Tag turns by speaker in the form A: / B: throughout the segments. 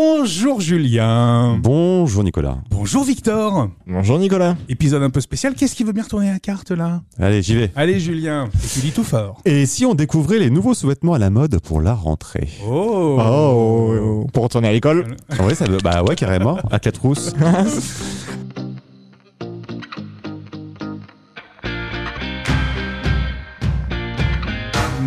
A: Bonjour Julien.
B: Bonjour Nicolas.
A: Bonjour Victor.
C: Bonjour Nicolas.
A: Épisode un peu spécial. Qu'est-ce qui veut bien retourner la carte là
B: Allez, j'y vais.
A: Allez Julien, Et tu dis tout fort.
B: Et si on découvrait les nouveaux sous-vêtements à la mode pour la rentrée
A: Oh.
C: Oh, pour retourner à l'école.
B: Oui, ça veut... Bah ouais, carrément, à quatre rousses.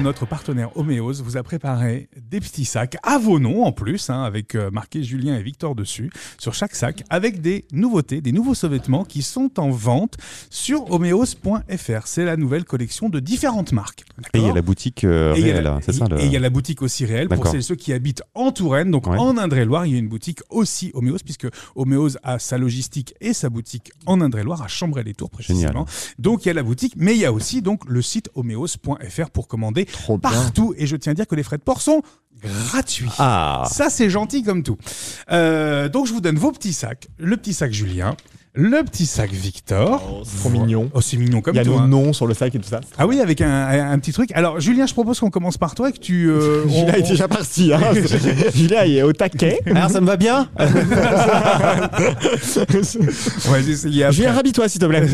A: Notre partenaire Homéos vous a préparé des petits sacs à vos noms en plus, hein, avec euh, marqué Julien et Victor dessus, sur chaque sac, avec des nouveautés, des nouveaux sous-vêtements qui sont en vente sur homéos.fr. C'est la nouvelle collection de différentes marques.
B: Et il y a
A: d'accord
B: la boutique euh,
A: Et il y a
B: réelle,
A: la-
B: c'est ça
A: et-
B: le...
A: et il y a la boutique aussi réelle pour
B: D'accord.
A: celles et ceux qui habitent en Touraine, donc
B: Ouais.
A: en Indre-et-Loire. Il y a une boutique aussi Homéos, puisque Homéos a sa logistique et sa boutique en Indre-et-Loire, à Chambray-les-Tours précisément. Donc il y a la boutique, mais il y a aussi donc le site homéos.fr pour commander
C: Trop
A: partout. Et je tiens à dire que les frais de port sont gratuits.
B: Ah
A: Ça, c'est gentil comme tout. Euh, donc, je vous donne vos petits sacs. Le petit sac Julien, le petit sac Victor.
C: Trop mignon.
A: Oh, c'est mignon
C: Il
A: comme
C: y a
A: tout.
C: nos
A: hein.
C: noms sur le sac et tout
B: Oh.
C: ça.
A: Ah oui, avec un, un petit truc. Alors, Julien, je propose qu'on commence par toi et que tu. euh, on-
C: Julien est déjà parti. Hein. Julien est au taquet.
B: Alors ça me va bien
A: on va essayer après.
C: Julien, rhabille-toi s'il te plaît.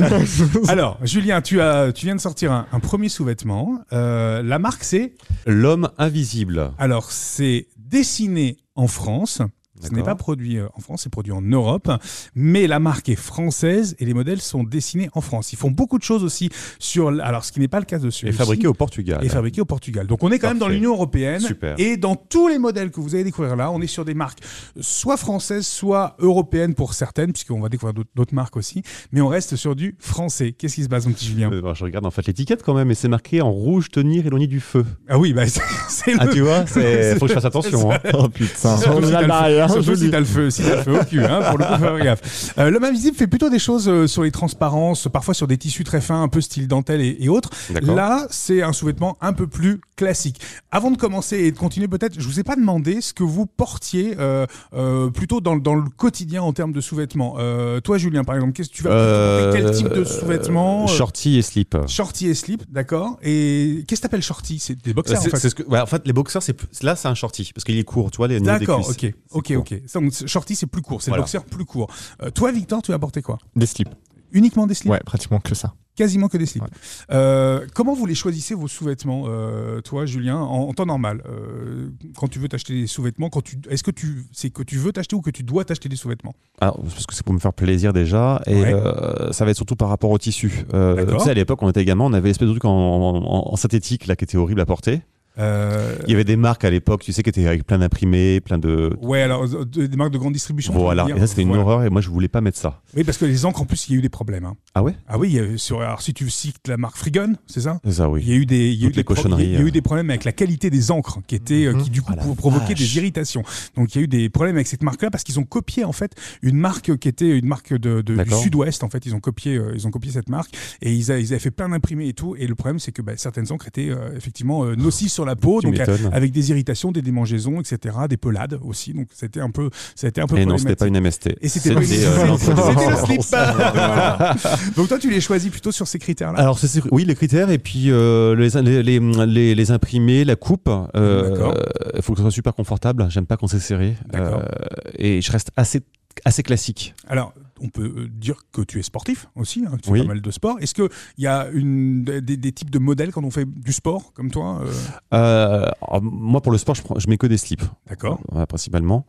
A: Alors, Julien, tu, as, tu viens de sortir un, un premier sous-vêtement. Euh, la marque, c'est.
B: L'homme invisible.
A: Alors, c'est dessiné en France. Ce n'est
B: D'accord.
A: pas produit euh, en France, c'est produit en Europe, mais la marque est française et les modèles sont dessinés en France. Ils font beaucoup de choses aussi sur, l- alors ce qui n'est pas le cas de
B: Et
A: celui-ci.
B: fabriqué au
C: Ah,
B: Portugal.
A: et fabriqué au Portugal. Donc on est quand même dans
B: Parfait.
A: l'Union européenne
B: Super.
A: et dans tous les modèles que vous allez découvrir là, on est sur des marques soit françaises, soit européennes pour certaines, puisqu'on va découvrir d'autres- d'autres marques aussi, mais on reste sur du français. Qu'est-ce qui se passe, mon petit Julien
B: Euh, bah, je regarde en fait l'étiquette quand même, et c'est marqué en rouge tenir éloigné du feu.
A: Ah oui, bah, c'est- c'est le...
B: Ah tu vois, c'est- faut que je fasse
A: C'est
B: attention. hein.
C: Oh putain.
A: Surtout
C: On
A: si t'as le
C: a le
A: feu-
C: barrière,
A: surtout
C: je
A: si
C: dis.
A: t'as le feu, si t'as le feu au cul, hein, pour le coup, faut faire gaffe. Euh, L'homme invisible fait plutôt des choses euh, sur les transparences, parfois sur des tissus très fins, un peu style dentelle et, et autres.
B: D'accord.
A: Là, c'est un sous-vêtement un peu plus classique. Avant de commencer et de continuer, peut-être, je vous ai pas demandé ce que vous portiez euh, euh, plutôt dans, dans le quotidien en termes de sous-vêtements. Euh, toi, Julien, par exemple, qu'est-ce que tu vas
B: Euh,
A: porter Quel type de sous-vêtements
B: euh,
A: euh,
B: Shorty et slip.
A: Shorty et slip, d'accord. Et qu'est-ce que t'appelles shorty C'est des boxers, en
B: Euh, C'est-
A: fait.
B: c'est ce que- ouais, en fait, les boxeurs, c'est plus- là, c'est un shorty parce qu'il est court, tu vois, les au niveau des
A: D'accord,
B: cuisses.
A: ok, ok,
B: court.
A: ok. Ça, donc, shorty, c'est plus court, c'est
B: Voilà.
A: le boxeur plus court. Euh, toi, Victor, tu as porté quoi
C: Des slips.
A: Uniquement des slips
C: Ouais, pratiquement que ça.
A: Quasiment que des slips.
C: Ouais.
A: Euh, comment vous les choisissez, vos sous-vêtements, euh, toi, Julien, en, en temps normal Euh, Quand tu veux t'acheter des sous-vêtements, quand tu, est-ce que tu, c'est que tu veux t'acheter ou que tu dois t'acheter des sous-vêtements
B: Alors, parce que Ah, c'est pour me faire plaisir déjà, et
A: Ouais.
B: euh, ça va être surtout par rapport au tissu. Euh,
A: D'accord.
B: tu sais, à l'époque, on était également, on avait l'espèce de truc en, en- en synthétique là qui était horrible à porter.
A: Euh,
B: Il y avait des marques à l'époque, tu sais, qui étaient avec plein d'imprimés, plein de.
A: Ouais, alors euh, de- des marques de grande distribution. tu veux
B: Voilà,
A: dire
B: et ça c'était une
A: Voilà.
B: horreur, et moi je voulais pas mettre ça.
A: Oui, parce que les encres, en plus, il y a eu des problèmes. hein.
B: Ah ouais
A: Ah oui, il y a eu sur, alors si tu cites la marque Frigon, c'est ça
B: C'est ça,
A: Il
B: oui.
A: y a eu des, il y a eu
B: Toutes les
A: des, pro-
B: cochonneries,
A: il y a eu
B: euh.
A: des problèmes avec la qualité des encres qui étaient, euh, qui du coup
B: Ah, la
A: pou- provoquaient
B: vache.
A: des irritations. Donc il y a eu des problèmes avec cette marque-là parce qu'ils ont copié en fait une marque qui était une marque de, de- du
B: D'accord.
A: Sud-Ouest en fait. Ils ont copié, euh, ils ont copié cette marque et ils, a- ils avaient fait plein d'imprimés et tout. Et le problème c'est que bah, certaines encres étaient euh, effectivement euh, nocives sur la peau,
B: Tu
A: donc
B: m'étonnes.
A: a- avec des irritations, des démangeaisons, etc., des pelades aussi. Donc c'était un peu, ça a été un peu
B: Et non, c'était
A: problématique.
B: pas une MST.
A: Et c'était pas une-
B: C'était, euh,
A: c'était-
B: non,
A: c'était le slip.
B: c'était-
A: Voilà. Donc toi, tu les choisis plutôt sur ces critères-là.
B: Alors, c'est- c'est- oui, les critères et puis euh, les, les, les- les- les imprimés, la coupe. Il
A: D'accord.
B: faut que ce soit super confortable. J'aime pas quand c'est serré.
A: D'accord.
B: Euh, et je reste assez assez classique.
A: Alors, on peut euh, dire que tu es sportif aussi, hein, que tu fais
B: Oui.
A: pas mal de sport. Est-ce qu'il y a une, des, des- des types de modèles quand on fait du sport, comme toi euh,
B: Euh, alors, moi, pour le sport, je, prends- je mets que des slips,
A: D'accord.
B: euh, principalement.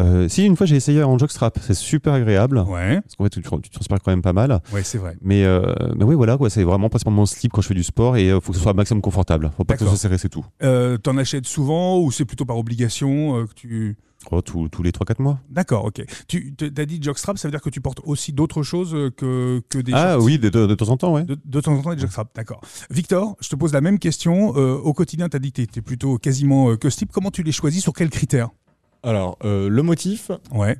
B: Euh, si une fois j'ai essayé en jockstrap, c'est super agréable.
A: Ouais,
B: Parce qu'en fait, tu, tu transpires quand même pas mal.
A: ouais c'est vrai.
B: Mais, euh, mais oui, voilà, quoi, c'est vraiment principalement mon slip quand je fais du sport et il faut que ce soit un maximum confortable. faut pas que ce
A: D'accord.
B: soit serré, c'est tout.
A: Euh, T'en achètes souvent ou c'est plutôt par obligation euh, que tu...
B: Oh, tous- tous les 3-4 mois.
A: D'accord, ok. Tu as dit jockstrap, ça veut dire que tu portes aussi d'autres choses euh, que, que des
B: Ah
A: shorts
B: oui, de, de- de temps en temps, ouais.
A: De, de temps en temps, des jockstraps, d'accord. Victor, je te pose la même question. Euh, au quotidien, tu as dit que tu plutôt quasiment euh, que slip. Comment tu les choisis Sur quels critères
C: Alors, euh, le motif,
A: Ouais,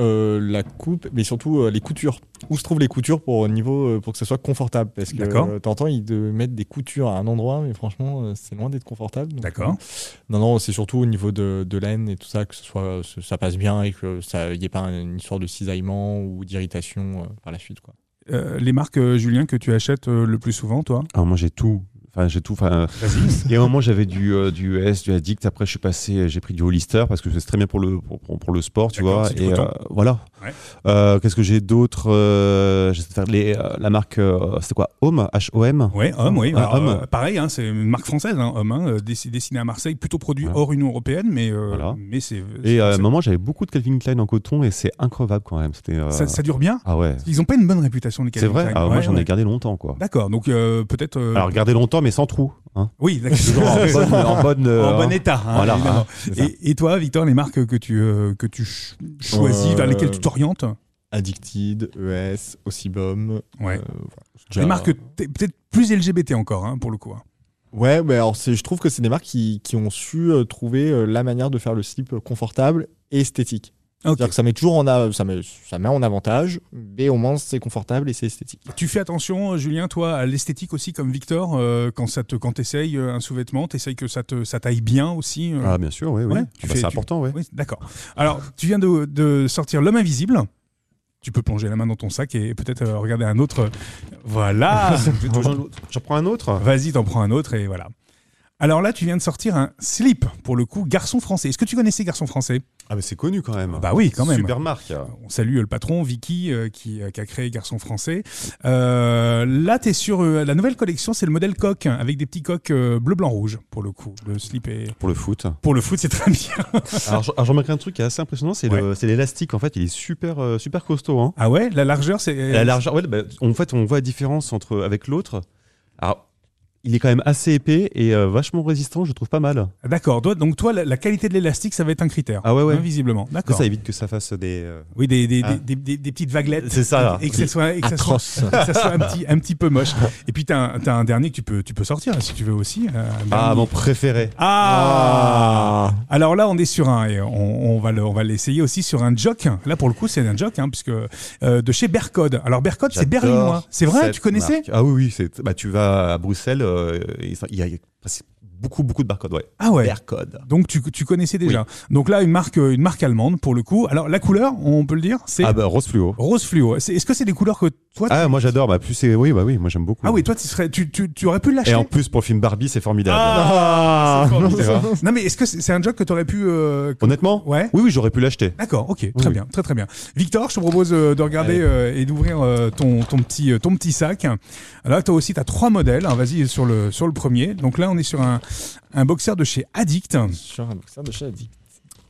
C: euh, la coupe, mais surtout euh, les coutures. Où se trouvent les coutures pour, au niveau, euh, pour que ce soit confortable Parce que
A: D'accord.
C: euh, t'entends, ils de mettre des coutures à un endroit, mais franchement, euh, c'est loin d'être confortable. donc, euh.
A: d'accord.
C: Non, non, c'est surtout au niveau de, de laine et tout ça, que ce soit, ce- ça passe bien et que ça n'y ait pas une histoire de cisaillement ou d'irritation euh, par la suite. Quoi.
A: Euh, les marques, euh, Julien, que tu achètes euh, le plus souvent, toi
B: Ah, moi, j'ai tout. Enfin, j'ai tout. Enfin, il y a un moment, j'avais du, euh, du US, du Addict. Après, je suis passé, j'ai pris du Hollister parce que c'est très bien pour le, pour, pour- pour le sport, tu
A: D'accord,
B: vois.
A: c'est
B: Et
A: tout le
B: euh, voilà.
A: Ouais.
B: Euh, Qu'est-ce que j'ai d'autre euh, j'essaie de faire les, euh, La marque, euh, c'était quoi Home H-O-M
A: Ouais, homme, oui.
B: Ah,
A: Alors,
B: Homme.
A: euh, pareil, hein, c'est une marque française, hein, homme, hein, euh, dessi- dessiné à Marseille, plutôt produit
B: Voilà.
A: hors Union européenne, mais, euh,
B: Voilà.
A: mais c'est. c'est
B: Et euh, à un
A: français.
B: moment, j'avais beaucoup de Calvin Klein en coton et c'est incroyable quand même. C'était. euh,
A: ça, ça dure bien.
B: Ah ouais.
A: Ils n'ont pas une bonne réputation, les
B: C'est
A: Calvin Klein.
B: vrai. Ah, moi,
A: Ouais,
B: j'en
A: ouais.
B: ai gardé longtemps, quoi.
A: D'accord, donc euh, peut-être. euh,
B: Alors, gardé longtemps, mais sans trou. hein.
A: oui, d'accord.
B: Toujours en bonne. En, bonne, euh,
A: en
B: hein.
A: bon état. hein,
B: Voilà.
A: évidemment.
B: hein, c'est ça.
A: et, et toi, Victor, les marques que tu, euh, que tu ch- choisis,
C: Euh,
A: vers lesquelles tu t'orientes
C: Addicted, ES,
A: Ouais.
C: Ossibom. euh, voilà. euh,
A: Les
C: Déjà-
A: marques t- peut-être plus LGBT encore, hein, pour le coup. hein.
C: Ouais, mais alors c'est, je trouve que c'est des marques qui, qui ont su euh, trouver euh, la manière de faire le slip euh, confortable et esthétique.
A: Ok.
C: C'est-à-dire que ça met toujours en av- ça met, ça met en avantage, mais au moins c'est confortable et c'est esthétique.
A: Tu fais attention, euh, Julien, toi, à l'esthétique aussi, comme Victor, euh, quand ça te, quand t'essayes euh, un sous-vêtement, t'essayes que ça te, ça taille bien aussi. euh.
B: Ah, bien sûr, oui, oui.
A: Ouais,
B: Ah,
A: tu
B: bah,
A: fais- tu-
B: c'est important, ouais.
A: Oui, d'accord. Alors, tu viens de, de sortir L'homme invisible. Tu peux plonger la main dans ton sac et peut-être euh, regarder un autre. Voilà.
B: J'en prends un autre.
A: Vas-y, t'en prends un autre et voilà. Alors là, tu viens de sortir un slip pour le coup, garçon français. Est-ce que tu connaissais garçon français
B: Ah, mais c'est connu quand même.
A: Bah oui, quand même.
B: Super marque.
A: On salue euh, le patron Vicky euh, qui, euh, qui a créé Garçon Français. Euh, là, tu es sur euh, la nouvelle collection, c'est le modèle coq hein, avec des petits coqs euh, bleu, blanc, rouge pour le coup. Le slip est
B: Pour le foot.
A: pour le foot, c'est très bien.
B: Alors, j'en- alors, j'en remarque un truc qui est assez impressionnant, c'est le- c'est l'élastique. En fait, il est super, euh, super costaud. Hein.
A: Ah ouais, la largeur, c'est
B: La largeur, ouais, bah, en fait, on voit la différence entre avec l'autre. Alors, il est quand même assez épais et euh, vachement résistant. Je le trouve pas mal.
A: euh, D'accord. Toi- Donc toi, la, la qualité de l'élastique, ça va être un critère.
B: Ah ouais, ouais.
A: Hein, visiblement.
B: Ça,
A: D'accord.
B: ça évite que ça fasse des. euh,
A: Oui, des, des,
B: Ah.
A: des, des- des petites vaguelettes.
B: C'est ça, là.
A: Et que ça soit, et que ça soit,
C: Atroce.
A: que ça soit un, petit, un petit peu moche. Et puis, tu as, un dernier que tu peux, tu peux sortir, si tu veux aussi. euh, un
B: Ah,
A: dernier.
B: mon préféré.
A: Ah Alors là, on est sur un, et on, on va le- on va l'essayer aussi sur un jock. Là, pour le coup, c'est un jock, hein, puisque euh, de chez Bercode. Alors Bercode, c'est
B: J'adore
A: berlinois. C'est vrai,
B: cette
A: tu connaissais
B: marque. Ah oui, oui. c'est- Bah, tu vas à Bruxelles, euh, il y a, il y a presque beaucoup, beaucoup de barcodes. Ouais.
A: Ah ouais.
B: Barcodes.
A: Donc tu, tu connaissais déjà. Donc là, une marque, euh, une marque allemande pour le coup. Alors la couleur, on peut le dire, c'est
B: Ah bah rose fluo.
A: rose fluo. C'est- Est-ce que c'est des couleurs que toi tu-
B: Ah moi j'adore. Bah plus c'est oui bah oui moi j'aime beaucoup.
A: Ah oui, toi tu serais, tu, tu, tu aurais pu
B: Et
A: l'acheter.
B: en plus pour le film Barbie c'est formidable.
A: Ah, c'est formidable.
B: C'est vrai.
A: non mais est-ce que c'est c'est un jock que t'aurais pu euh,
B: Honnêtement.
A: Ouais.
B: Oui oui j'aurais pu l'acheter.
A: D'accord, ok, très
B: Oui.
A: bien, très très bien. Victor, je te propose euh, de regarder
B: Allez.
A: euh, et d'ouvrir euh, ton, ton, petit, euh, ton petit sac. Alors là, toi aussi, tu as trois modèles. hein. Vas-y sur le, sur le premier. Donc là, on est sur un, un boxeur de chez Addict.
C: Sur un boxeur de chez Addict.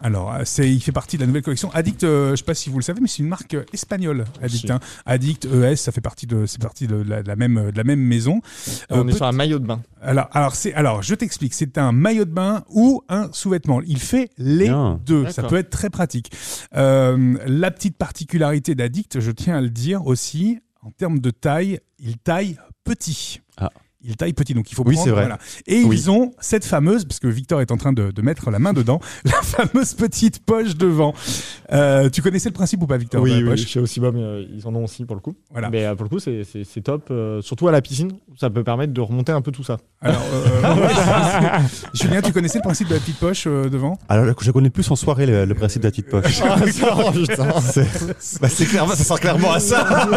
A: Alors, euh, c'est, il fait partie de la nouvelle collection. Addict, euh, je ne sais pas si vous le savez, mais c'est une marque euh, espagnole, Addict.
C: Si.
A: hein. Addict, ES, ça fait partie de, c'est parti de, la, de la même, de la même maison.
C: Et on
A: Euh,
C: est sur un maillot de bain.
A: alors, alors, c'est, alors, je t'explique. C'est un maillot de bain ou un sous-vêtement. Il fait les
B: Bien.
A: deux. Ça
C: D'accord.
A: peut être très pratique. Euh, la petite particularité d'Addict, je tiens à le dire aussi, en termes de taille, il taille petit.
B: Ah.
A: Il taille petit, donc il faut
B: Oui,
A: prendre.
B: c'est vrai.
A: voilà. Et
B: Oui.
A: ils ont cette fameuse, parce que Victor est en train de, de mettre la main dedans, la fameuse petite poche devant. Euh, tu connaissais le principe ou pas, Victor de la poche
C: chez Ossibom, euh, ils en ont aussi pour le coup.
A: Voilà.
C: Mais euh, pour le coup, c'est, c'est- c'est top, euh, surtout à la piscine, ça peut permettre de remonter un peu tout ça.
A: Alors, euh, ouais, c'est- Julien, tu connaissais le principe de la petite poche euh, devant
B: Alors je connais plus en soirée le, le principe de la petite poche.
A: Ah,
B: c'est bah, c'est clairement ça sert clairement à ça.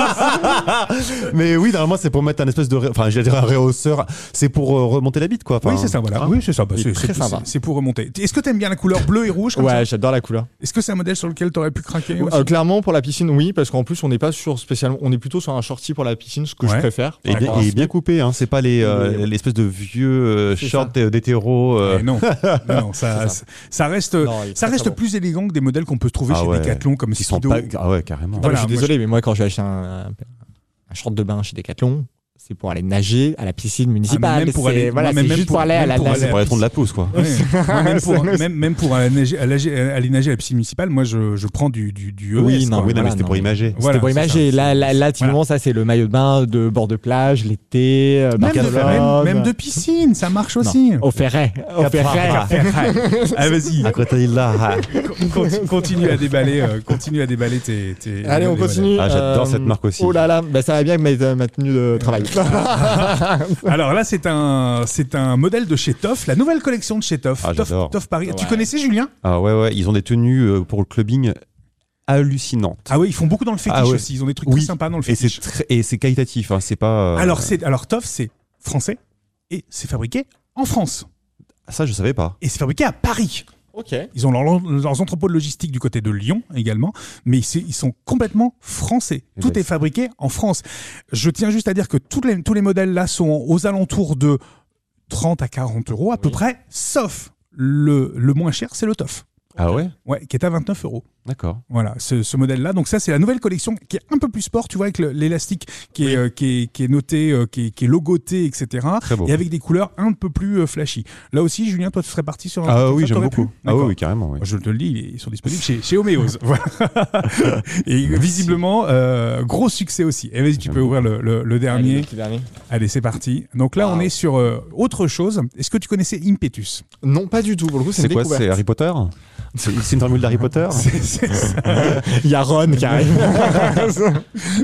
B: Mais oui normalement c'est pour mettre un espèce de ré- enfin j'allais dire un rehausseur. C'est pour euh, remonter la bite quoi. Enfin, hein.
A: Oui, c'est ça, voilà. oui, c'est ça. Bah,
C: il
A: c'est
C: est hein. très
A: c'est-
C: sympa.
A: c'est- c'est pour remonter. Est-ce que tu aimes bien la couleur bleue et rouge comme ça
C: Ouais, j'adore la couleur.
A: Est-ce que c'est un modèle sur lequel tu aurais pu craquer aussi
C: Euh, clairement pour la piscine oui parce qu'en plus on n'est pas sur spécialement on est plutôt sur un shorty pour la piscine ce que
A: Ouais.
C: je préfère
B: Et
C: par
B: bien,
C: rapport à
B: et
C: ça.
B: bien coupé, hein. c'est pas les euh,
C: Oui.
B: l'espèce de vieux euh,
C: C'est
B: shorts d'hétéro. euh.
A: Eh non, non, non, ça,
C: C'est ça.
A: ça. ça reste,
C: Non, il
A: Euh,
C: est
A: ça
C: très,
A: reste
C: très bon. Ah,
A: plus élégant que des modèles qu'on peut trouver
B: Ah
A: chez
B: ouais.
A: Decathlon comme
B: qui sont
A: Speedo.
B: pas ah ouais carrément.
C: Non, mais
A: Voilà,
C: bah, je suis
A: moi,
C: désolé mais moi quand j'ai acheté un, un short de bain chez Decathlon c'est pour aller nager à la piscine
A: Ah,
C: municipale
A: mais même pour
C: c'est-
A: aller-
C: voilà
A: même-
C: c'est
A: même
C: juste
A: pour-
C: pour aller
A: même
C: à la
A: pour
B: Ouais,
A: aller
B: Ah, c'est
A: à
C: nage
B: pour les troncs de la pousse quoi.
A: Ouais. Moi, même, pour,
C: C'est-
A: même, même pour aller nager, aller nager- aller nager à la piscine municipale, moi je, je prends du, du, du ES,
C: Oui,
A: quoi.
B: oui, non,
C: voilà,
B: mais c'était
C: non,
B: pour
C: mais-
B: imager.
A: Voilà,
C: c'était pour
A: c'est
C: imager
A: ça.
C: là, là, là typiquement ça c'est le maillot de bain de bord de plage l'été euh,
A: Même de,
C: Barcelone.
A: même, même de piscine, ça marche
C: Non, Oh.
A: aussi.
C: au ferret au ferret
A: Ah, vas-y,
B: À côté de là. ah.
A: conti- continue à déballer, euh, continue à déballer tes. tes-
C: Allez, on
A: tes modèles.
C: continue.
B: Ah, j'adore cette marque aussi.
C: Oh là là, bah, ça va bien avec ma, ma tenue de travail.
A: Alors là, c'est un, c'est un modèle de chez Toff, la nouvelle collection de chez Toff.
B: Ah,
A: Toff,
B: j'adore.
A: Toff Paris. Tu
C: Ouais.
A: connaissais Julien
B: Ah ouais, ouais, ils ont des tenues euh, pour le clubbing hallucinantes.
A: Ah oui, ils font beaucoup dans le fétiche
B: Ah ouais.
A: aussi. Ils ont des trucs
B: Oui.
A: très sympas dans le
B: Et c'est
A: fétiche.
B: très- et c'est qualitatif, hein, c'est pas. euh,
A: Alors, c'est, alors Toff, c'est français. Et et c'est fabriqué en France.
B: Ah, Ça, je savais pas.
A: Et c'est fabriqué à Paris.
C: Ok.
A: Ils ont leur- leurs entrepôts de logistique du côté de Lyon également, mais c'est- ils sont complètement français.
B: Eh
A: Tout
B: ben,
A: est fabriqué en France. Je tiens juste à dire que toutes les- tous les modèles là sont aux alentours de 30 à 40 euros à peu
C: Oui.
A: près, sauf le, le moins cher, c'est le TOF,
B: Ah ouais
A: ouais, qui est à 29 euros.
B: D'accord.
A: Voilà, ce, ce modèle-là. Donc ça, c'est la nouvelle collection qui est un peu plus sport, tu vois, avec le- l'élastique qui, est, euh, qui, est, qui est noté, euh, qui est, qui est logoté, etc.
B: Très beau.
A: Et avec des couleurs un peu plus euh, flashy. Là aussi, Julien, toi, tu serais parti sur un...
B: Ah oui,
A: ça,
B: j'aime
A: t'aurais
B: beaucoup.
A: pu
B: Ah oui,
A: D'accord.
B: oui, carrément. oui.
A: Je te le dis, ils sont disponibles chez, chez Homeos. Voilà. Et visiblement, euh, gros succès aussi. Et vas-y, tu peux ouvrir le, le- le dernier.
C: Allez, le dernier.
A: Allez, c'est parti. Donc là, on
C: Wow.
A: est sur euh, autre chose. Est-ce que tu connaissais Impetus
C: Non, pas du tout. Pour le coup, c'est
B: C'est
C: une
B: quoi
C: découverte.
B: C'est Harry Potter C'est c'est une formule d'Harry Potter
A: C'est- c'est-
C: Il y a Ron qui arrive.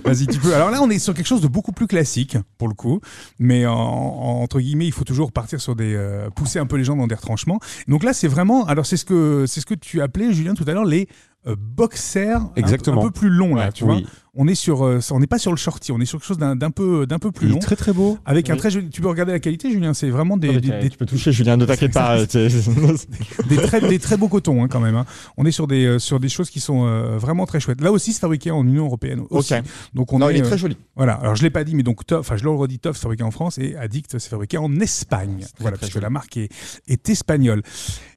A: Vas-y, tu peux. Alors là, on est sur quelque chose de beaucoup plus classique, pour le coup. Mais en- en- entre guillemets, il faut toujours partir sur des. euh, pousser un peu les gens dans des retranchements. Donc là, c'est vraiment. Alors, c'est ce, que, c'est ce que tu appelais, Julien, tout à l'heure, les euh, boxers. un peu-
B: Exactement.
A: Un, peu plus longs, là, tu vois.
B: Oui.
A: On est sur, euh, on n'est pas sur le shorty, on est sur quelque chose d'un d'un peu, d'un peu plus
B: Il
A: long.
B: est très très beau.
A: Avec un
C: Oui.
A: très joli. Tu peux regarder la qualité, Julien. C'est vraiment des, des, des-
C: tu peux toucher Julien, ne t'inquiète pas.
A: des très, des très beaux cotons hein, quand même. hein. On est sur des, euh, sur des choses qui sont euh, vraiment très chouettes. Là aussi, c'est fabriqué en Union européenne. Aussi.
C: Ok.
A: Donc on
C: non,
A: est,
C: il est
A: euh,
C: très joli.
A: voilà. Alors je l'ai pas dit, mais donc Toff- enfin je l'ai redit, Toff c'est fabriqué en France et Addict c'est fabriqué en Espagne.
C: très,
A: Voilà,
C: très
A: parce que
C: joli.
A: la marque est, est espagnole.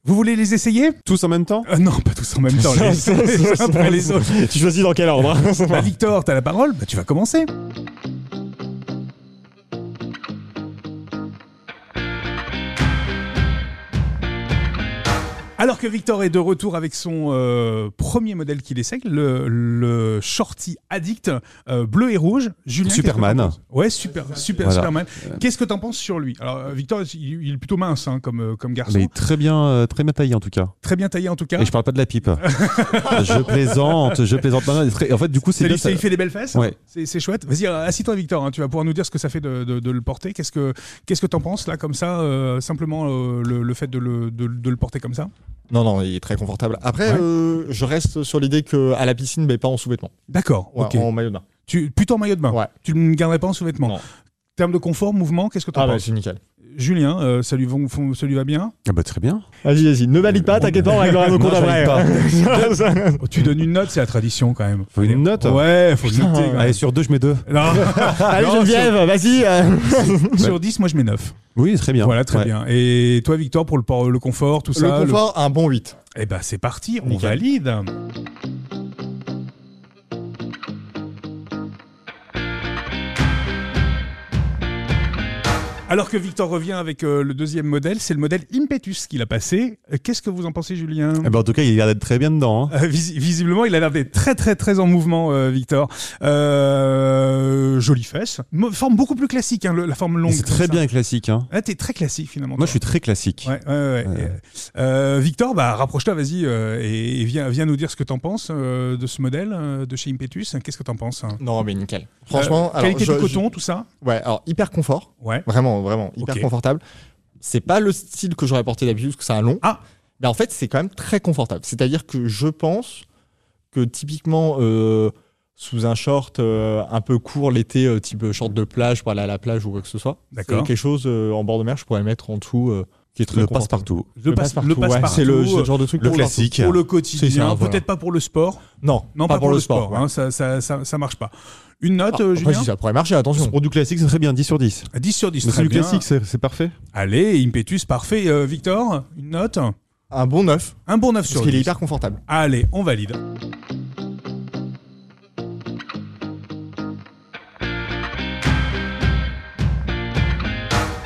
A: Vous voulez les essayer
B: Tous en même temps
A: Euh, Non, pas tous en même temps. les- les uns après les autres.
C: Tu choisis dans quel ordre hein
A: Bah, Victor, t'as la parole. Bah, tu vas commencer. Alors que Victor est de retour avec son euh, premier modèle qu'il essaie, le, le shorty addict euh, bleu et rouge. Julien, qu'est-ce que
B: Superman.
A: t'en penses Ouais, super, super,
B: Voilà.
A: Superman. Qu'est-ce que t'en penses sur lui Alors euh, Victor, il, il est plutôt mince hein, comme euh, comme garçon,
B: Mais très bien, euh, très bien taillé en tout cas.
A: très bien taillé en tout cas.
B: Et je parle pas de la pipe. je plaisante, je plaisante. Non, non, très- En fait, du coup, c'est
A: Ça
B: bien.
A: lui,
B: ça-
A: ça lui fait des belles fesses.
B: Ouais.
A: C'est, c'est chouette. Vas-y, euh, assis-toi, Victor. hein, Tu vas pouvoir nous dire ce que ça fait de, de- de le porter. Qu'est-ce que qu'est-ce que t'en penses là, comme ça, euh, simplement euh, le, le fait de le, de- de le porter comme ça
C: Non, non, il est très confortable. Après,
A: Ouais.
C: euh, je reste sur l'idée que à la piscine, mais pas en sous-vêtements.
A: D'accord.
C: Ouais,
A: ok.
C: En maillot de bain.
A: Tu plutôt en maillot de bain.
C: Ouais.
A: Tu ne garderais pas en sous-vêtements.
C: Non.
A: Terme de confort, mouvement, qu'est-ce que t'en
C: Ah, bah,
A: penses
C: c'est nickel.
A: Julien, euh, ça lui va, fon- ça lui va bien
B: Ah bah très bien.
C: Vas-y, vas-y. Ne valide pas, t'inquiète pas, on réglera nos
B: Non,
C: comptes
B: je
C: après.
B: valide
A: Oh, Tu donnes une note, c'est la tradition quand même.
B: Faut une note.
A: Ouais, faut noter. quand même.
B: Allez, sur deux, je mets deux.
A: Non,
C: Allez,
A: Non,
C: Geneviève, vas-y. euh.
A: sur 10, moi je mets 9.
B: Oui, très bien.
A: Voilà, très
B: Ouais.
A: bien. Et toi, Victor, pour le, por- le confort, tout ça
C: le
A: le-
C: confort, un bon 8.
A: Eh ben c'est parti, on
C: Nickel.
A: valide. Alors que Victor revient avec euh, le deuxième modèle, c'est le modèle Impetus qu'il a passé. Euh, Qu'est-ce que vous en pensez, Julien
B: Eh ben, en tout cas, il a l'air d'être très bien dedans. hein.
A: Euh, visi- Visiblement, il a l'air d'être très, très, très en mouvement, euh, Victor. Euh, jolie fesse. Mo- Forme beaucoup plus classique, hein, le- la forme
B: Et
A: longue.
B: C'est
A: comme
B: très
A: ça.
B: bien classique. hein.
A: Ah, t'es très classique, finalement. toi.
B: Moi, je suis très classique.
A: Ouais, ouais, ouais.
B: Euh.
A: Et, euh, Victor, bah, rapproche-toi, vas-y, euh, et, et viens, viens nous dire ce que t'en penses euh, de ce modèle euh, de chez Impetus. Qu'est-ce que t'en penses hein
C: Non, mais nickel. Franchement,
A: Euh,
C: alors,
A: qualité
C: je-
A: du coton, tout ça
C: je- ouais, alors hyper confort.
A: Ouais.
C: Vraiment, vraiment, hyper
A: Ok.
C: confortable. C'est pas le style que j'aurais porté d'habitude, parce que c'est un long.
A: Ah.
C: Mais en fait, c'est quand même très confortable. C'est-à-dire que je pense que typiquement, euh, sous un short euh, un peu court l'été, euh, type short de plage pour aller à la plage ou quoi que ce soit, c'est
A: D'accord.
C: quelque chose euh, en bord de mer, je pourrais mettre en dessous, euh, qui est très
B: Le
C: confortable.
B: passe-partout.
A: Le passe-partout,
C: passe-partout,
A: ouais.
C: c'est le, c'est le genre de truc
B: Le
C: pour
B: classique.
A: Pour le
C: C'est ça,
A: quotidien,
C: voilà.
A: peut-être pas pour le sport.
C: Non,
A: Non, pas, pour, le sport.
C: ouais.
A: hein, ça, ça, ça, ça marche pas. Une note,
C: Ah,
A: euh,
C: après,
A: Julien
C: si ça pourrait marcher, attention.
B: Pour du classique, c'est très bien, 10 sur 10.
A: 10 sur 10.
B: Mais
A: très
B: c'est du
A: bien.
B: classique, c'est c'est parfait.
A: Allez, Impetus, parfait. Euh, Victor, une note
C: Un bon neuf,
A: Un bon 9
C: parce
A: sur
C: qu'il est
A: 10.
C: hyper confortable.
A: Allez, on valide.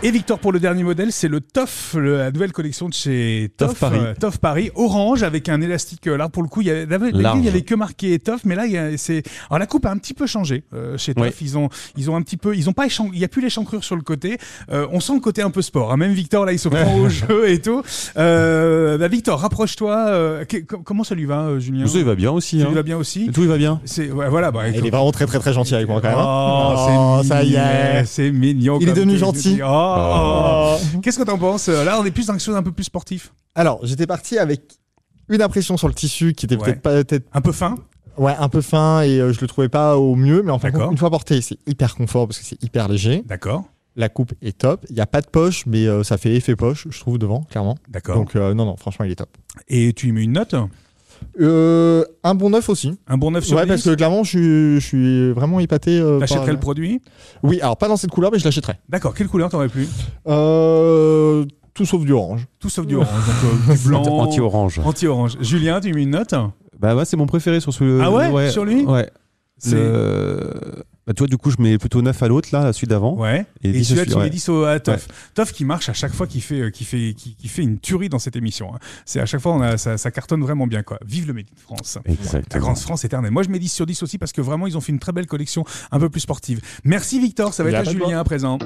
A: Et Victor pour le dernier modèle, c'est le TOF, le- la nouvelle collection de chez TOF,
B: Toff Paris.
A: euh, Toff Paris, orange avec un élastique. euh, Là pour le coup, il y avait, d'habitude, il y
B: Large.
A: avait que marqué TOF, mais là il y a- c'est. Alors la coupe a un petit peu changé euh, chez TOF.
B: Oui.
A: Ils ont, ils ont un petit peu, ils ont pas échan- il y a plus l'échancrure sur le côté. Euh, on sent le côté un peu sport. hein. Même Victor là, il se prend au jeu et tout. Euh, bah, Victor, rapproche-toi. euh, que- com- comment ça lui va, euh, Julien
B: Tout ça, il va bien aussi.
A: Ça
B: hein.
A: lui va bien aussi.
B: Tout, il va bien.
A: C'est ouais, voilà. Bah,
C: Il est vraiment très très très gentil avec moi quand même. hein.
A: Oh,
C: Oh,
A: c'est
C: ça y
A: mignon,
C: est.
A: c'est mignon.
C: Il est
A: comme
C: devenu
A: tu-
C: gentil.
A: Oh, oh.
C: Oh.
A: Qu'est-ce que t'en penses Euh, Là, on est plus dans quelque chose d'un peu plus sportif,
C: Alors, j'étais parti avec une impression sur le tissu qui était
A: Ouais.
C: peut-être pas peut-être
A: un peu fin.
C: ouais, un peu fin et euh, je le trouvais pas au mieux mais en fait
A: D'accord.
C: une fois porté, c'est hyper confort parce que c'est hyper léger.
A: D'accord.
C: La coupe est top. Il n'y a pas de poche, mais euh, ça fait effet poche, je trouve, devant, clairement.
A: D'accord.
C: Donc, euh, non, non, franchement, il est top.
A: Et tu y mets une note
C: Euh, un bon neuf aussi.
A: Un bon 9 sur
C: Ouais,
A: 10
C: parce que clairement, je, suis- je suis vraiment épaté. euh, par-
A: T'achèterais le produit
C: Oui, alors pas dans cette couleur, mais je l'achèterai.
A: D'accord, quelle couleur t'aurais plu
C: Euh, tout sauf du orange.
A: Tout sauf du orange, donc euh, du blanc.
B: Anti-orange.
A: Anti-orange. Julien, tu y mets une note
B: Bah, moi, c'est mon préféré sur celui
A: Ah ouais, sur lui
B: Ouais.
A: C'est-
B: Le- Bah, tu vois, du coup, je mets plutôt 9 à l'autre, là, la suite d'avant.
A: Ouais.
B: Et
A: Et,
B: dix,
A: celui-là,
B: je
A: tu
B: suis-
A: mets
B: ouais.
A: 10 au- à Toff. Toff qui marche à chaque fois, qui fait, euh, qui fait, qui, qui fait une tuerie dans cette émission. hein. C'est à chaque fois, on a, ça, ça cartonne vraiment bien. Quoi. Vive le Made in France. La
B: Exactement.
A: grande France éternelle. Moi, je mets 10 sur 10 aussi parce que vraiment, ils ont fait une très belle collection, un peu plus sportive. Merci Victor, ça va
C: Il y
A: être
C: a
A: à
C: pas de
A: Julien
C: quoi.
A: à présent.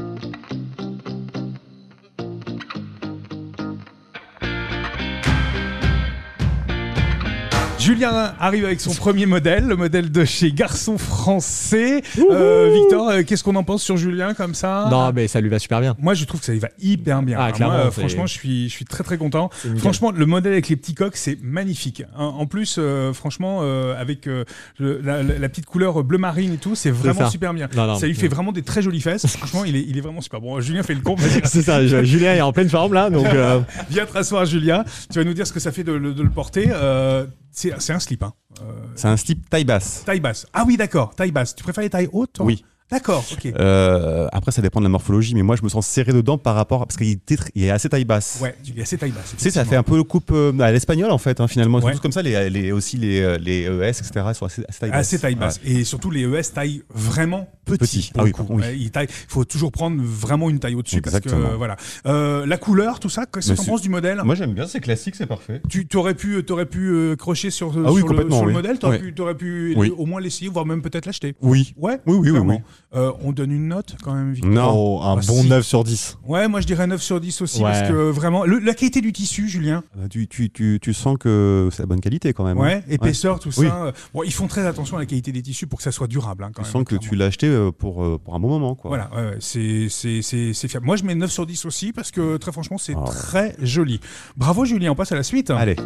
A: Julien arrive avec son premier modèle, le modèle de chez Garçon Français. Euh, Victor, euh, qu'est-ce qu'on en pense sur Julien comme ça
C: Non, mais ça lui va super bien.
A: Moi, je trouve que ça y va hyper bien.
C: Ah,
A: Alors,
C: clairement,
A: moi, euh,
C: c'est-
A: franchement, je suis, je suis très très content.
C: C'est nickel.
A: Franchement, le modèle avec les petits coques, c'est magnifique. En- En plus, euh, franchement, euh, avec euh, le- la, la- la petite couleur bleu marine et tout, c'est vraiment
C: ça.
A: super bien.
C: Non, non,
A: ça lui
C: non.
A: fait vraiment des très jolies fesses. Franchement, il est, il est vraiment super. Bon, Julien fait le con. Vas-y,
C: C'est ça, je- Julien est en pleine forme là, donc euh,
A: Viens te rasseoir, Julien. Tu vas nous dire ce que ça fait de, le- de le porter. Euh, c'est c'est un slip. Hein. Euh,
B: C'est un slip taille basse.
A: taille basse. Ah oui, d'accord. Taille basse. Tu préfères les tailles hautes toi
B: Oui.
A: D'accord. Ok.
B: Euh, après, ça dépend de la morphologie, mais moi, je me sens serré dedans par rapport. Parce qu'il est titre- il est assez taille basse.
A: Ouais, il est assez taille basse.
B: Tu sais, ça fait un peu le coupe euh, à l'espagnol, en fait, hein, finalement. C'est
A: Ouais.
B: tous comme ça, les, les- aussi les, euh, les ES, etc., sont assez, assez taille basse.
A: Assez taille basse. Et surtout, les ES taillent vraiment petit.
B: Petit.
A: pour le
B: Ah oui,
A: coup.
B: oui.
A: Ouais, ils taillent- Il faut toujours prendre vraiment une taille au-dessus. Parce que,
B: Exactement.
A: euh, voilà. Euh, la couleur, tout ça, qu'est-ce que
B: Mais
A: t'en
B: c'est-
A: penses du modèle
B: Moi, j'aime bien, c'est classique, c'est parfait.
A: tu t'aurais pu, t'aurais pu euh, crocher sur,
B: Ah oui,
A: sur le,
B: complètement,
A: sur le
B: oui.
A: modèle, t'aurais
B: Ouais.
A: pu, t'aurais pu
B: Oui.
A: au moins l'essayer, voire même peut-être l'acheter.
B: Oui.
A: Ouais.
B: Oui, oui, oui,
A: clairement.
B: oui.
A: Euh, on donne une note quand même. Victor.
B: Non.
C: oh, un
A: Ah,
C: bon
A: si.
C: 9 sur 10.
A: Ouais, moi je dirais 9 sur 10 aussi
C: Ouais.
A: parce que vraiment le- la qualité du tissu, Julien.
B: Euh, Tu, tu, tu, tu sens que c'est la bonne qualité, quand même. hein.
A: Ouais, épaisseur, tout
B: Oui.
A: ça. euh, Bon, ils font très attention à la qualité des tissus pour que ça soit durable. hein, quand
B: Tu
A: même,
B: sens que
A: clairement.
B: tu l'as acheté euh, pour, euh, pour un bon moment, quoi.
A: Voilà, ouais, ouais, c'est- c'est c'est- c'est fiable. Moi, je mets 9 sur 10 aussi parce que très franchement, c'est
B: Ah ouais.
A: très joli. Bravo, Julien, on passe à la suite.
B: Allez.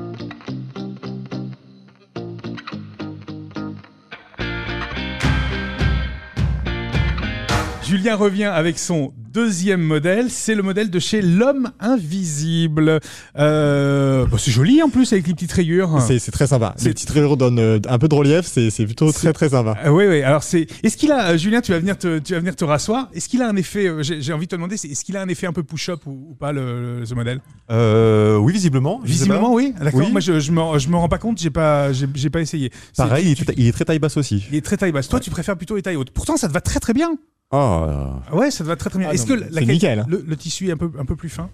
A: Julien revient avec son deuxième modèle. C'est le modèle de chez L'Homme Invisible. Euh, bah, c'est joli en plus avec les petites rayures.
C: C'est c'est très sympa.
A: C'est-
C: Les petites rayures donnent euh, un peu de relief, c'est c'est plutôt très très sympa.
A: Ah, oui, oui. Alors, c'est. Est-ce qu'il a, euh, Julien, tu vas venir te, tu vas venir te rasseoir. Est-ce qu'il a un effet euh, J'ai j'ai envie de te demander, c'est- est-ce qu'il a un effet un peu push-up ou, ou pas le, le- ce modèle
B: Euh, oui, visiblement. je sais
A: Visiblement, oui. Ah, D'accord.
B: Oui.
A: Moi, je, je me, je me rends pas compte. J'ai pas, j'ai j'ai pas essayé.
B: pas.
A: C'est-
B: Pareil, il
A: tu-
B: est, ta- il est très taille basse aussi.
A: Il est très taille basse. Toi, tu préfères plutôt les tailles hautes. Pourtant, ça te va très très bien.
B: Ah,
A: Ah Ouais, ça te va très très bien.
C: Ah
A: Est-ce que
C: non,
A: la-
C: c'est
A: la-
C: nickel, hein.
A: le, le tissu est un peu, un peu plus fin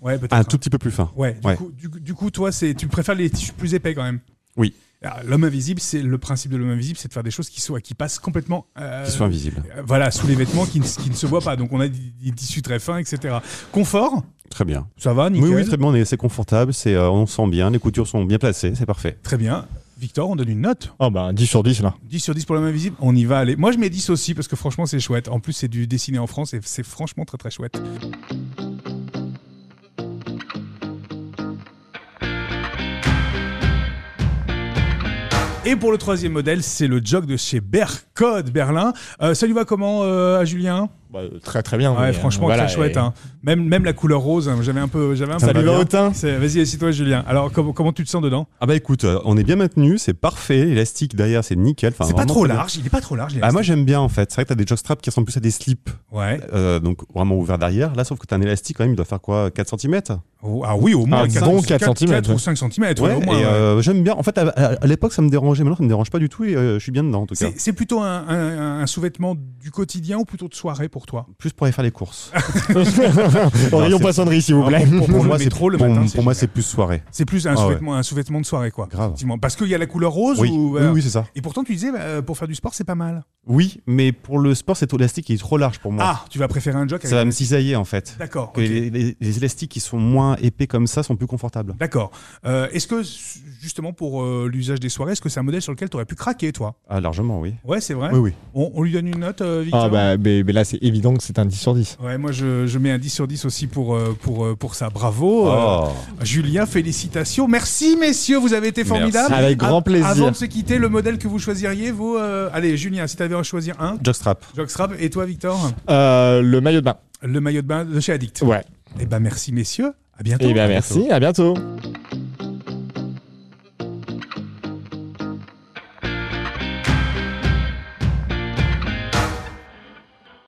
A: Ouais, peut-être.
B: un
A: hein.
B: tout petit peu plus fin.
A: Ouais, du,
B: Ouais.
A: Coup, du, du coup, toi, c'est, tu préfères les tissus plus épais quand même
B: Oui.
A: Ah, L'homme invisible, c'est le principe de l'homme invisible, c'est de faire des choses qui, soient, qui passent complètement. euh,
B: Qui soit invisible.
A: euh, Voilà, sous les vêtements qui ne, qui ne se voient pas. Donc on a des, des tissus très fins, etc. Confort,
B: Très bien.
A: ça va, nickel.
B: Oui, oui, très bien. on est- C'est confortable, c'est, euh, on sent bien, les coutures sont bien placées, c'est parfait.
A: Très bien. Victor, on donne une note.
C: Oh bah 10 sur 10 là.
A: 10 sur 10 pour l'homme invisible, on y va aller. Moi, je mets 10 aussi parce que franchement, c'est chouette. En plus, c'est du dessiné en France et c'est franchement très très chouette. Et pour le troisième modèle, c'est le jog de chez Bercode Berlin. Euh, ça lui va comment euh, à Julien
C: Bah, euh, très très bien.
A: Ouais,
C: mais, euh,
A: franchement,
C: voilà,
A: très chouette.
C: et-
A: hein. Même, même la couleur rose, hein, j'avais un peu. J'avais un
C: Ça
A: peu
C: lui va au teint.
A: C'est- Vas-y, assieds-toi, Julien. Alors, comment, comment tu te sens dedans
B: Ah bah écoute, euh, on est bien maintenu, c'est parfait, élastique derrière, c'est nickel. Enfin,
A: C'est pas
B: vraiment
A: trop
B: très bien.
A: large, il est pas trop large. il est
C: Bah,
B: Ah, moi
A: resté-
B: j'aime bien en fait, c'est vrai que t'as des jockstraps qui ressemblent plus à des slips,
A: Ouais.
B: euh, donc vraiment ouverts derrière. Là, sauf que t'as un élastique quand même, il doit faire quoi 4 cm
A: Oh, Ah oui, au moins
C: Ah,
A: 4,
C: bon, quatre centimètres,
A: ou
C: ouais.
A: 5 cm. au moins,
B: et,
A: ouais.
B: euh, j'aime bien. En fait, à, à- à l'époque ça me dérangeait, maintenant ça me dérange pas du tout et euh, je suis bien dedans en tout cas.
A: c'est, c'est plutôt un, un- un sous-vêtement du quotidien ou plutôt de soirée pour toi
B: Plus pour aller faire les courses.
C: Au rayon
B: c'est-
C: poissonnerie s'il vous
A: Ah,
C: plaît.
A: pour- pour- le
B: c'est-
A: métro, le
B: pour-
A: matin, c'est
B: pour moi,
A: génial.
B: c'est plus soirée.
A: C'est plus un,
B: Ah ouais.
A: sous-vêtement, un sous-vêtement de soirée, quoi.
B: Grave.
A: Effectivement. Parce qu'il y a la couleur rose
B: Oui,
A: ou.
B: oui,
A: euh,
B: oui, c'est ça.
A: Et pourtant, tu disais, bah, euh, pour faire du sport, c'est pas mal.
B: Oui, mais pour le sport, cet élastique il est trop large pour moi.
A: Ah, tu vas préférer un jock
B: ça
A: avec...
B: va me cisailler en fait.
A: D'accord.
B: Que
A: ok.
B: les, les- les élastiques qui sont moins épais comme ça sont plus confortables.
A: D'accord. Euh, est-ce que, justement, pour euh, l'usage des soirées, est-ce que c'est un modèle sur lequel tu aurais pu craquer, toi
B: Ah, largement, oui.
A: Ouais, c'est vrai.
B: Oui, oui.
A: On, on lui donne une note, euh, Victor
C: Ah bah mais, mais là c'est évident que c'est un 10 sur 10.
A: Ouais, moi je, je mets un 10 sur 10 aussi pour, euh, pour, euh, pour ça. Bravo.
B: Ah,
A: euh,
B: Oh.
A: Julien, félicitations. Merci, messieurs, vous avez été
B: Merci.
A: formidables.
C: Avec grand
A: A-
C: plaisir.
A: Avant de se quitter, le modèle que vous choisiriez, vous. euh, Allez, Julien, si tu avais à choisir un,
B: Jockstrap.
A: Jockstrap, et toi, Victor
C: Euh, le maillot de bain.
A: le maillot de bain de chez Addict.
C: Ouais.
A: Eh ben merci messieurs, à bientôt.
C: Et bien Eh bah, ben, merci, à bientôt.